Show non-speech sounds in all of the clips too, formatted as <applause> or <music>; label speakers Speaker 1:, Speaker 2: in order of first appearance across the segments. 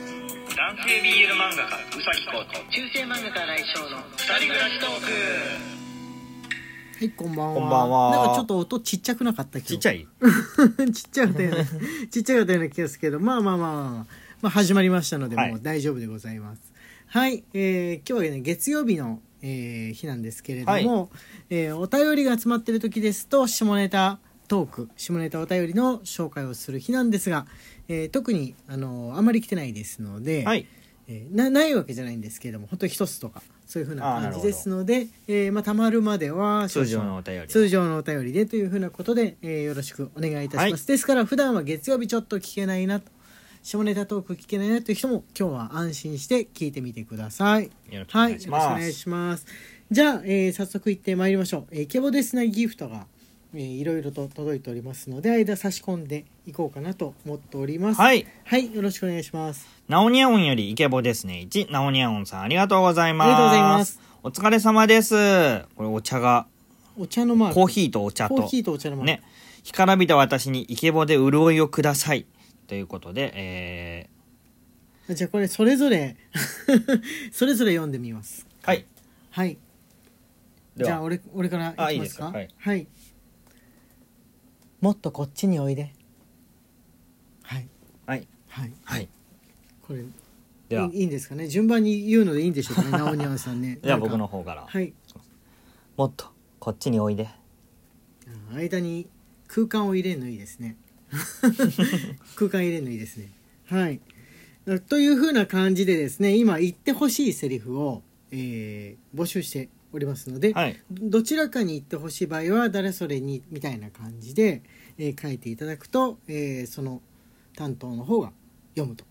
Speaker 1: 男性 BL 漫画家うさぎこと
Speaker 2: 中世漫画家来翔の
Speaker 1: 二人暮らしトーク
Speaker 2: はいこんばんは
Speaker 3: こんばんは
Speaker 2: なんかちょっと音ちっちゃくなかったけど
Speaker 3: ちっちゃい
Speaker 2: <laughs> ちっちゃかったよ
Speaker 3: <laughs>
Speaker 2: ねちっちゃかったような気がするけどまあまあまあまあ始まりましたので
Speaker 3: はい
Speaker 2: もう大丈夫でございますはい、えー今日はね月曜日の、えー日なんですけれども、
Speaker 3: はい
Speaker 2: えーお便りが集まってる時ですと下ネタトーク下ネタお便りの紹介をする日なんですが、えー特にあのあまり来てないですので、
Speaker 3: はい
Speaker 2: えーなないわけじゃないんですけれども本当に一つとかそういうふうな
Speaker 3: あーな
Speaker 2: 感
Speaker 3: る
Speaker 2: じ
Speaker 3: ほど
Speaker 2: ですので、えーまあ、たまるまでは
Speaker 3: 通常のお便り
Speaker 2: 通常のお便りでというふうなことで、えーよろしくお願いいたします、
Speaker 3: はい
Speaker 2: ですから普段は月曜日ちょっと聞けないなと下ネタトーク聞けないなという人も今日は安心して聞いてみてください
Speaker 3: よろしくお
Speaker 2: はい
Speaker 3: 願
Speaker 2: よろ
Speaker 3: い
Speaker 2: し
Speaker 3: し
Speaker 2: くお願いしま
Speaker 3: ます
Speaker 2: すじゃあ、えー早速行ってまいりましょう、えー、イケボですなギフトが、えーいろいろと届いておりますので間差し込んでいこうかなと思っております
Speaker 3: はい
Speaker 2: はいよろしくお願いします
Speaker 3: ナオニャオンよりイケボですね1ナオニャオンさんありがとうございます
Speaker 2: ありがとうございます
Speaker 3: お疲れ様ですこれお茶が
Speaker 2: お茶のマーク
Speaker 3: コーヒーとお茶と
Speaker 2: コーヒーとお茶のマーク
Speaker 3: ね干からびた私にイケボで潤いをくださいということでえ
Speaker 2: じゃあこれそれぞれ <laughs> それぞれ読んでみます
Speaker 3: ー、はい
Speaker 2: はい
Speaker 3: では
Speaker 2: じゃあ俺俺からいきますか
Speaker 3: あいいですかはい
Speaker 2: はい、もっとこっちにおいではい
Speaker 3: はい
Speaker 2: はい
Speaker 3: はい
Speaker 2: これ
Speaker 3: ではい
Speaker 2: いいいんですかね順番に言うのでいいんでしょうか
Speaker 3: <laughs>
Speaker 2: ね直にゃんさんね
Speaker 3: では
Speaker 2: なんか
Speaker 3: 僕の方から、
Speaker 2: はい
Speaker 3: もっとこっちにおいで
Speaker 2: あ間に空間を入れるのいいです
Speaker 3: <laughs>
Speaker 2: ね空間入れるのいいですねはいというふうな感じでですね今言ってほしいセリフを、えー募集しておりますので、
Speaker 3: はい
Speaker 2: どちらかに言ってほしい場合は誰それにみたいな感じで、えー書いていただくと、えーその担当の方が読むと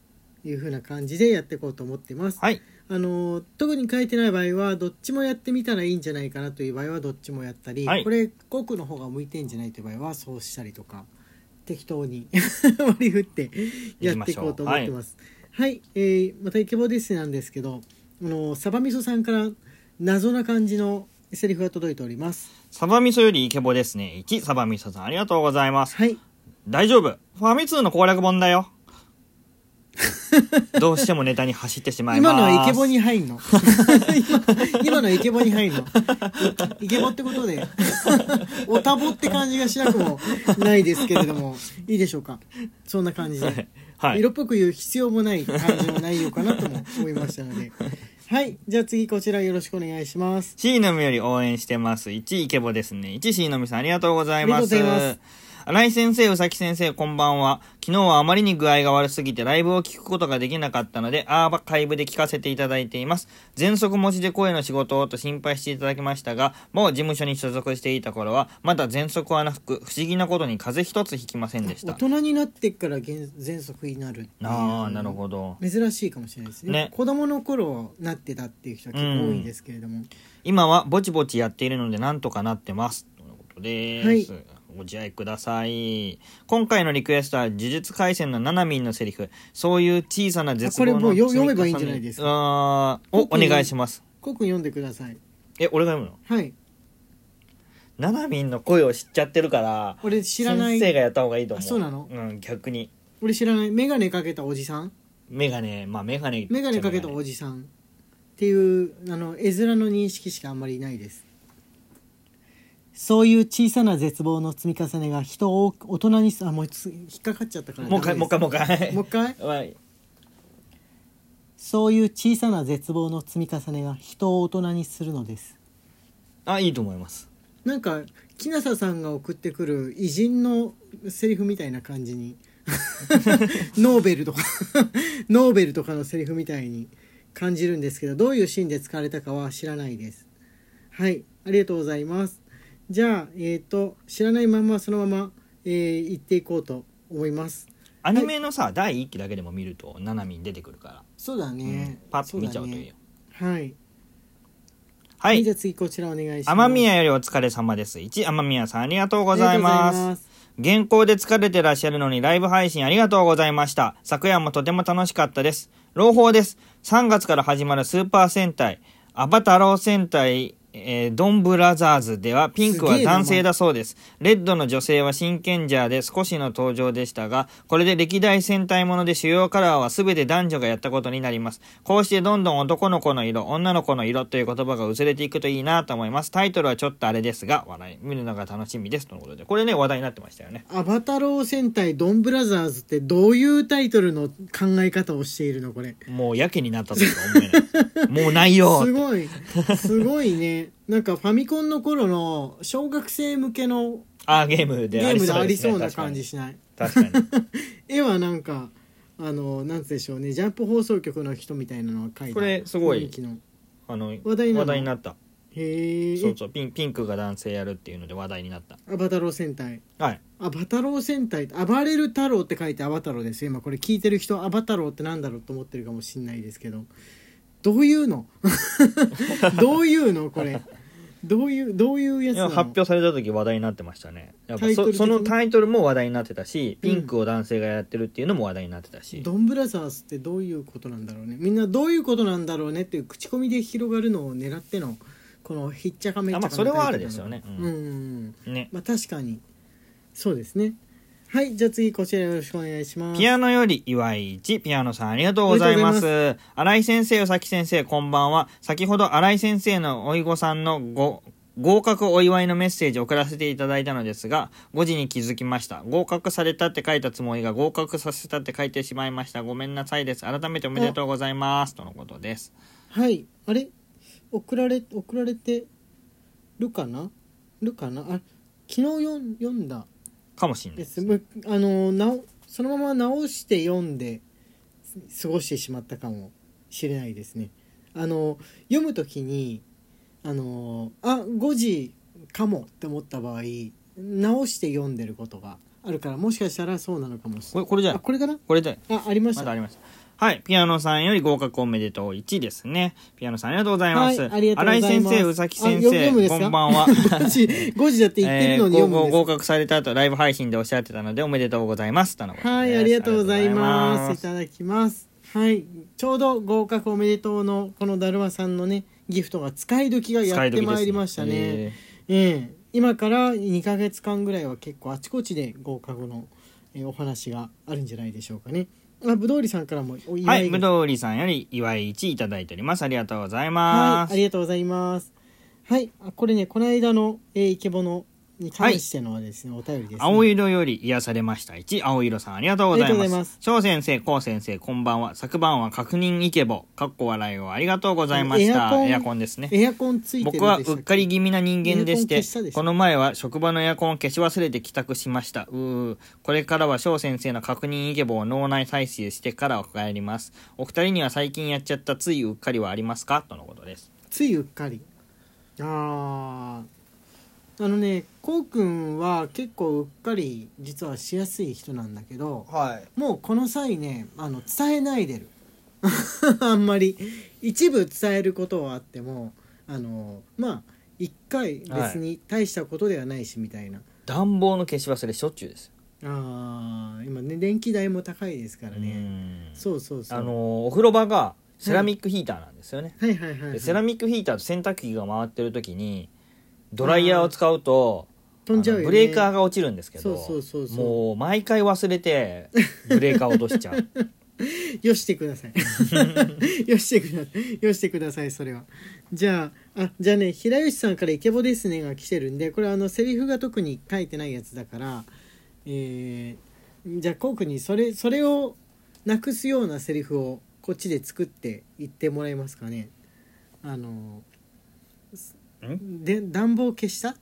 Speaker 2: いうふうな感じでやっていこうと思ってます。
Speaker 3: はい
Speaker 2: あのー特に書いてない場合はどっちもやってみたらいいんじゃないかなという場合はどっちもやったり、
Speaker 3: はい
Speaker 2: これ奥の方が向いてんじゃないという場合はそうしたりとか <laughs> 適当に <laughs> 割り振ってやっていこうと思ってます。はい、えーまたイケボですなんですけどあのーサバ味噌さんから謎な感じのセリフが届いております。
Speaker 3: サバ味噌よりイケボですね1サバ味噌さんありがとうございます
Speaker 2: はい
Speaker 3: 大丈夫ファミ通の攻略本だ
Speaker 2: <laughs>
Speaker 3: よどうしてもネタに走ってしまいま
Speaker 2: 今
Speaker 3: す
Speaker 2: のはイケボに入んの今 <laughs> 今のはイケボに入んのイケボってこと
Speaker 3: <laughs>
Speaker 2: でおたぼって感じがしなくもないですけれどもいいでしょうかそんな感じで、
Speaker 3: はい
Speaker 2: 色っぽく言う必要もない感じの内容かなとも思いましたのではいじゃあ次こちらよろしくお願いします
Speaker 3: C のみより応援してます1イケボですね1 C のみさんありがとうございます
Speaker 2: ありがとうございます
Speaker 3: 新井先生、宇崎先生、こんばんは。昨日はあまりに具合が悪すぎてライブを聞くことができなかったので、アーカイブで聞かせていただいています。全息持ちで声の仕事をと心配していただきましたが、もう事務所に所属していた頃は、まだ全息はなく、不思議なことに風邪一つひきませんでし
Speaker 2: 大
Speaker 3: た。
Speaker 2: 人になってから原喘息になるっていう
Speaker 3: ああ、なるほど。
Speaker 2: 珍しいかもしれないですね
Speaker 3: ね
Speaker 2: 子供の頃なってたっていう人は結構多いですけれども、
Speaker 3: 今はぼちぼちやっているのでなんとかなってますとのことです、
Speaker 2: は
Speaker 3: ご自愛ください今回のリクエストは「呪術廻戦」のななみんのセリフそういう小さな絶
Speaker 2: あ
Speaker 3: 望
Speaker 2: こ
Speaker 3: の
Speaker 2: れもう
Speaker 3: 積み重ね
Speaker 2: 読めばいいんじゃないですか
Speaker 3: あーおお
Speaker 2: 僕に
Speaker 3: 願いします
Speaker 2: コウ君読んでください
Speaker 3: え俺が読むの
Speaker 2: はい
Speaker 3: ななみんの声を知っちゃってるから
Speaker 2: 俺知らない
Speaker 3: 先生がやった方がいいと思う
Speaker 2: あそうなの
Speaker 3: うん逆に
Speaker 2: 俺知らない眼鏡かけたおじさん
Speaker 3: メガネまあメガネ
Speaker 2: 眼鏡かけたおじさんっていうあの絵面の認識しかあんまりないですそういう小さな絶望の積み重ねが人を大人にすあもうつ引っかかっちゃったから
Speaker 3: もう一回もう一回もう一回
Speaker 2: もう一回
Speaker 3: はい
Speaker 2: そういう小さな絶望の積み重ねが人を大人にするのです
Speaker 3: あいいと思います
Speaker 2: なんか木下さんが送ってくる偉人のセリフみたいな感じ <laughs> にノーベルとかノーベルとかのセリフみたいに感じるんですけどどういうシーンで使われたかは知らないですはいありがとうございますじゃあえっ、と知らないまんまそのまま、えー、行っていこうと思います
Speaker 3: アニメのさ、第一期だけでも見るとななみん出てくるから
Speaker 2: そうだね、
Speaker 3: パッと見ちゃうといいよ、
Speaker 2: そうだねはい、
Speaker 3: は
Speaker 2: じゃ
Speaker 3: い
Speaker 2: あ次こちらお願いします
Speaker 3: 雨宮よりお疲れ様です1雨宮さんありがとうござい
Speaker 2: ありが
Speaker 3: ま
Speaker 2: とうござい
Speaker 3: す原稿で疲れてらっしゃるのにライブ配信ありがとうございました昨夜もとても楽しかったです朗報です3月から始まるスーパー戦隊アバタロー戦隊えードンブラザーズではピンクは
Speaker 2: すげえな
Speaker 3: 男性だそうです。レッドの女性は真剣ジャーで少しの登場でしたが、これで歴代戦隊もので主要カラーは全て男女がやったことになります。こうしてどんどん男の子の色、女の子の色という言葉が薄れていくといいなと思います。タイトルはちょっとあれですが、笑い。見るのが楽しみです。とのことで。これね、話題になってましたよね。
Speaker 2: アバタロー戦隊ドンブラザーズってどういうタイトルの考え方をしているのこれ
Speaker 3: もうやけになったとしか
Speaker 2: <laughs>
Speaker 3: 思えない。もうないよ
Speaker 2: すご
Speaker 3: <laughs>
Speaker 2: いすごいねなんかファミコンの頃の小学生向けの
Speaker 3: あーゲーム
Speaker 2: ゲ
Speaker 3: であ
Speaker 2: ー
Speaker 3: り
Speaker 2: ムで
Speaker 3: そう
Speaker 2: あ
Speaker 3: で
Speaker 2: り
Speaker 3: すね
Speaker 2: そうな感じしない
Speaker 3: 確かに。確か
Speaker 2: <laughs> 絵はなんかあのなんつうでしょうねジャンプ放送局の人みたいなのが描いた
Speaker 3: これすごい
Speaker 2: 雰囲気の
Speaker 3: にあの
Speaker 2: 話題なの
Speaker 3: 話題になった。
Speaker 2: へえ
Speaker 3: そうそうピンピンクが男性やるっていうので話題になった
Speaker 2: アバタロー戦隊
Speaker 3: はい
Speaker 2: アバタロー戦隊暴れる太郎って書いてアバタローですよ今これ聞いてる人アバタローってなんだろうと思ってるかもしんないですけどどういうの <laughs> どういうのこれどういうどういうや
Speaker 3: い
Speaker 2: つな
Speaker 3: や
Speaker 2: の
Speaker 3: 発表された時話題になってましたねやっぱ
Speaker 2: タイトル
Speaker 3: そ
Speaker 2: 的に
Speaker 3: そのタイトルも話題になってたし
Speaker 2: うん
Speaker 3: ピンクを男性がやってるっていうのも話題になってたし、
Speaker 2: ドンブラザーズってどういうことなんだろうねみんなどういうことなんだろうねっていう口コミで広がるのを狙ってのこのひっちゃかめっちゃか
Speaker 3: あまあそれはあれですよね
Speaker 2: うん、
Speaker 3: うん
Speaker 2: うん
Speaker 3: ね
Speaker 2: まあ確かにそうですねはいじゃあ次こちらよろしくお願いします
Speaker 3: ピアノより岩井一、ピアノさんありがとうございま
Speaker 2: ありがとう
Speaker 3: す。新井先生、宇崎先生、こんばんは。先ほど新井先生のおいごさんのご、合格お祝いのメッセージを送らせていただいたのですが、5時に気づきました。合格されたって書いたつもりが合格させたって書いてしまいました。ごめんなさいです。改めておめでとうございます。とのことです。
Speaker 2: はいあれ送られ送られてるかなるかなあ昨日よん読んだ
Speaker 3: かもしれない
Speaker 2: で
Speaker 3: ですす。
Speaker 2: むあのなおそのまま直して読んです過ごしてしまったかもしれないですねあの読む時にあのあ5時かもって思った場合直して読んでることがあるからもしかしたらそうなのかもし
Speaker 3: こ
Speaker 2: れ
Speaker 3: れ、これじ
Speaker 2: ない
Speaker 3: ゃ
Speaker 2: あ
Speaker 3: ない
Speaker 2: これかな
Speaker 3: これで。
Speaker 2: あありまし
Speaker 3: ま
Speaker 2: た
Speaker 3: だありました。はい。ピアノさんより合格おめでとう1ですね。ピアノさんありがとうございます。
Speaker 2: はいありがとうございます
Speaker 3: 新井先生、宇崎先
Speaker 2: あよ読むんで
Speaker 3: 生、
Speaker 2: す
Speaker 3: こ
Speaker 2: か
Speaker 3: んば
Speaker 2: <laughs>
Speaker 3: んは。
Speaker 2: 5時5時だって言ってるのに
Speaker 3: えー
Speaker 2: 読むん
Speaker 3: ご
Speaker 2: です
Speaker 3: ご合格された後ライブ配信でおっしゃってたのでおめでとうございますとのことです
Speaker 2: はい、ありがとうございます。い
Speaker 3: あ
Speaker 2: ただきます。はい、ちょうど合格おめでとうのこのだるまさんのね、ギフトが使い時が
Speaker 3: りがとうござい
Speaker 2: や
Speaker 3: ます
Speaker 2: ってまいりましたね。ええ今から2ヶ月間ぐらいは結構あちこちで合格の、えーお話があるんじゃないでしょうかね。あ、ぶどうりさんからもお
Speaker 3: えー
Speaker 2: 祝
Speaker 3: はいい
Speaker 2: が
Speaker 3: ぶどうりさんより祝い1いただいておりますありがとうござい
Speaker 2: は
Speaker 3: ま
Speaker 2: い、
Speaker 3: す、
Speaker 2: ありがとうございます。はい、あこれね、この間の、えーイケボのに関してのはですね、お便りです、ね。
Speaker 3: 青色より癒されました1青色さんありがとうござい
Speaker 2: ありがとうござい
Speaker 3: ま
Speaker 2: ます
Speaker 3: す翔先生こう先生こんばんは昨晩は確認イケボかっこ笑いをありがとうございました
Speaker 2: エアコン
Speaker 3: エアコンですね
Speaker 2: エアコンついてるんでし
Speaker 3: 僕
Speaker 2: た
Speaker 3: は
Speaker 2: け
Speaker 3: うっかり気味な人間でし
Speaker 2: エアコン
Speaker 3: て
Speaker 2: 消したでしょ
Speaker 3: この前は職場のエアコンを消し忘れて帰宅しましたうーこれからは翔先生の確認イケボを脳内再生してから帰りますお二人には最近やっちゃったついうっかりはありますかとのことです
Speaker 2: ついうっかりあーあのねこうくんは結構うっかり実はしやすい人なんだけど
Speaker 3: はい
Speaker 2: もうこの際ねあの伝えないでる <laughs> あんまり一部伝えることはあってもあのまあ一回別に大したことではないしみたいな、
Speaker 3: 暖房の消し忘れしょっちゅうです
Speaker 2: ああ今ね電気代も高いですから
Speaker 3: うー
Speaker 2: ね
Speaker 3: ん
Speaker 2: そうそうそう
Speaker 3: あのーお風呂場がセラミックヒーターなんですよね、
Speaker 2: はいはいはい、は
Speaker 3: で
Speaker 2: い、
Speaker 3: セラミックヒーターと洗濯機が回ってる時にドライヤーを使うと
Speaker 2: 飛んじゃうよ、ね、
Speaker 3: あのブレーカーが落ちるんですけど
Speaker 2: そうそうそうそう
Speaker 3: もう毎回忘れてブレーカーを落としちゃ
Speaker 2: <laughs>
Speaker 3: う
Speaker 2: よしてください。よしてください。よしてください、それは。じゃあ、あ、じゃあね、平吉さんからイケボですねが来てるんで、これあの、セリフが特に書いてないやつだから、えーじゃあ、コウ君にそれ、それをなくすようなセリフをこっちで作って言ってもらえますかね。あの、で、暖房消した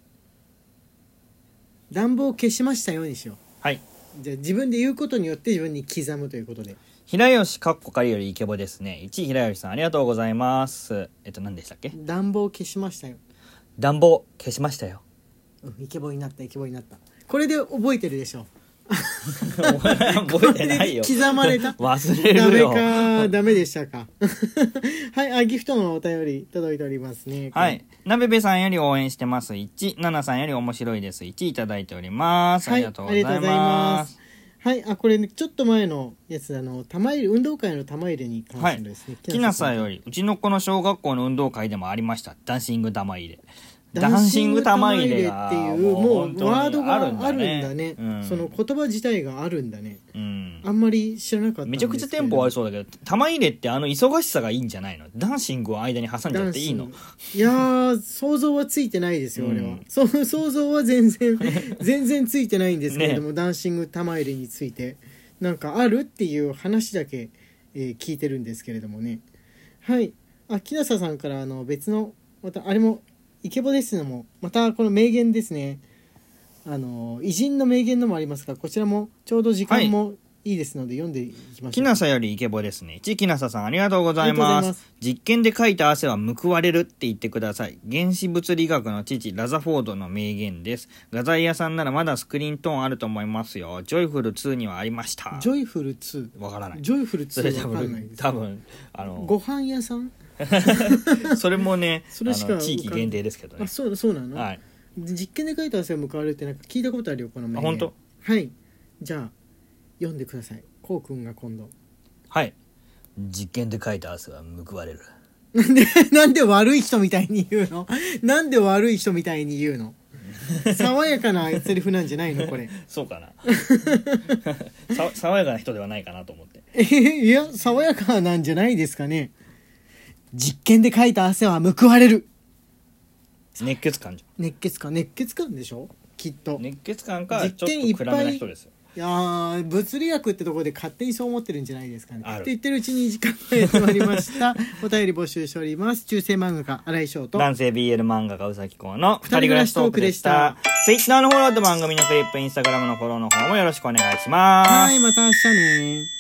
Speaker 2: 暖房消しましたようにしよ
Speaker 3: はい。
Speaker 2: う。じゃあ、自分で言うことによって自分に刻むということで。
Speaker 3: 平吉かっこかりよりイケボですね。1位平吉さんありがとうございます。えっと何でしたっけ
Speaker 2: 暖房消しましたよ。
Speaker 3: 暖房消しまし
Speaker 2: <laughs>
Speaker 3: たよ。
Speaker 2: うんイケボになったイケボになったこれで覚えてるでし
Speaker 3: <laughs>
Speaker 2: ょ
Speaker 3: 覚えてないよ
Speaker 2: こ。れで刻まれた
Speaker 3: 忘れ
Speaker 2: ダ
Speaker 3: る
Speaker 2: メ
Speaker 3: よ。
Speaker 2: かダメでしたか <laughs> はいあギフトのお便り届いておりますね
Speaker 3: はい。なべべさんより応援してます。1。ななさんより面白いです。1いただいております。あ
Speaker 2: は
Speaker 3: り
Speaker 2: い
Speaker 3: がとうございます。
Speaker 2: ありがとうございはいあこれねちょっと前のやつあの玉入れ運動会の玉入れに関するですね、
Speaker 3: きなさんよりうちの子の小学校の運動会でもありましたダンシング玉入れ
Speaker 2: ダンシング玉入れっていうも
Speaker 3: 本
Speaker 2: う
Speaker 3: 当に
Speaker 2: ワードがあるんだね
Speaker 3: うん
Speaker 2: その言葉自体があるんだね
Speaker 3: うん
Speaker 2: あんまり知らなかったん
Speaker 3: め
Speaker 2: です
Speaker 3: ち
Speaker 2: け
Speaker 3: ゃ
Speaker 2: ど
Speaker 3: くちゃテンポ悪そうだけど玉入れってあの忙しさがいいんじゃないのダンシングを間に挟んじゃっていいの
Speaker 2: ダンシングいやー想像はついてないですよ、
Speaker 3: うん
Speaker 2: 俺はそう想像は全
Speaker 3: <laughs>
Speaker 2: 然全然ついてないんですけれども、ダンシング玉入れについてなんかあるっていう話だけ、えー聞いてるんですけれどもねはいあ木下さんからあの別のまたあれもイケボですのもまたこの名言ですねあの偉人の名言のもありますがこちらもちょうど時間もいいですので、読んでいきまし
Speaker 3: き
Speaker 2: ょう
Speaker 3: なさよりイケボですねちきなささんありがとうござい
Speaker 2: あ
Speaker 3: ま
Speaker 2: りがとうござい
Speaker 3: す
Speaker 2: ます
Speaker 3: 実験で書いた汗は報われるって言ってください原子物理学の父ラザフォードの名言です画材屋さんならまだスクリーントーンあると思いますよジョイフル2にはありました
Speaker 2: ジョイフル2
Speaker 3: わからない
Speaker 2: ジョイフル
Speaker 3: それ
Speaker 2: 2
Speaker 3: 多
Speaker 2: わかんない
Speaker 3: 分
Speaker 2: です
Speaker 3: 多分あの
Speaker 2: ご飯屋さん
Speaker 3: それもね
Speaker 2: それし
Speaker 3: あ
Speaker 2: か
Speaker 3: の地域限定ですけど
Speaker 2: あ
Speaker 3: ね
Speaker 2: そうそうなの、
Speaker 3: はい
Speaker 2: 実験で書いた汗を向かわれるってなんか聞いたことあるよこの名言
Speaker 3: あ本当
Speaker 2: はいじゃあ読んでくださいこうくんが今度 <laughs>
Speaker 3: はい実験で書いた汗は報われる
Speaker 2: なんでなんで悪い人みたいに言うの <laughs> なんで悪い人みたいに言う
Speaker 3: <laughs>
Speaker 2: の爽やかなセリフなんじゃないのこれ <laughs>
Speaker 3: そうかなさ爽やかな人ではないかなと思って
Speaker 2: えいや爽やかなんじゃないですかね実験で書いた汗は報われる
Speaker 3: 熱血感じ
Speaker 2: 熱血感熱血感でしょきっと、
Speaker 3: 熱血感か
Speaker 2: 実
Speaker 3: ちょ
Speaker 2: 験い
Speaker 3: っ
Speaker 2: っ
Speaker 3: と
Speaker 2: ぱい
Speaker 3: 暗めな人ですよ
Speaker 2: いやー物理学ってところで勝手にそう思ってるんじゃないですかね。
Speaker 3: ある
Speaker 2: って言ってるうちに時間がやってまいりま
Speaker 3: <laughs>
Speaker 2: した。お便り募集しております。中世漫画家、荒井翔と。
Speaker 3: 男性 BL 漫画家うさきこうの二人
Speaker 2: 人
Speaker 3: 暮
Speaker 2: 暮
Speaker 3: ら
Speaker 2: ら
Speaker 3: し
Speaker 2: し
Speaker 3: ト
Speaker 2: ト
Speaker 3: ー
Speaker 2: ー
Speaker 3: ク
Speaker 2: ク
Speaker 3: で
Speaker 2: で
Speaker 3: し
Speaker 2: したた
Speaker 3: Twitter のフォローと番組のクリップ Instagram のフォローの方もよろしくお願いします
Speaker 2: はい、また明日ね。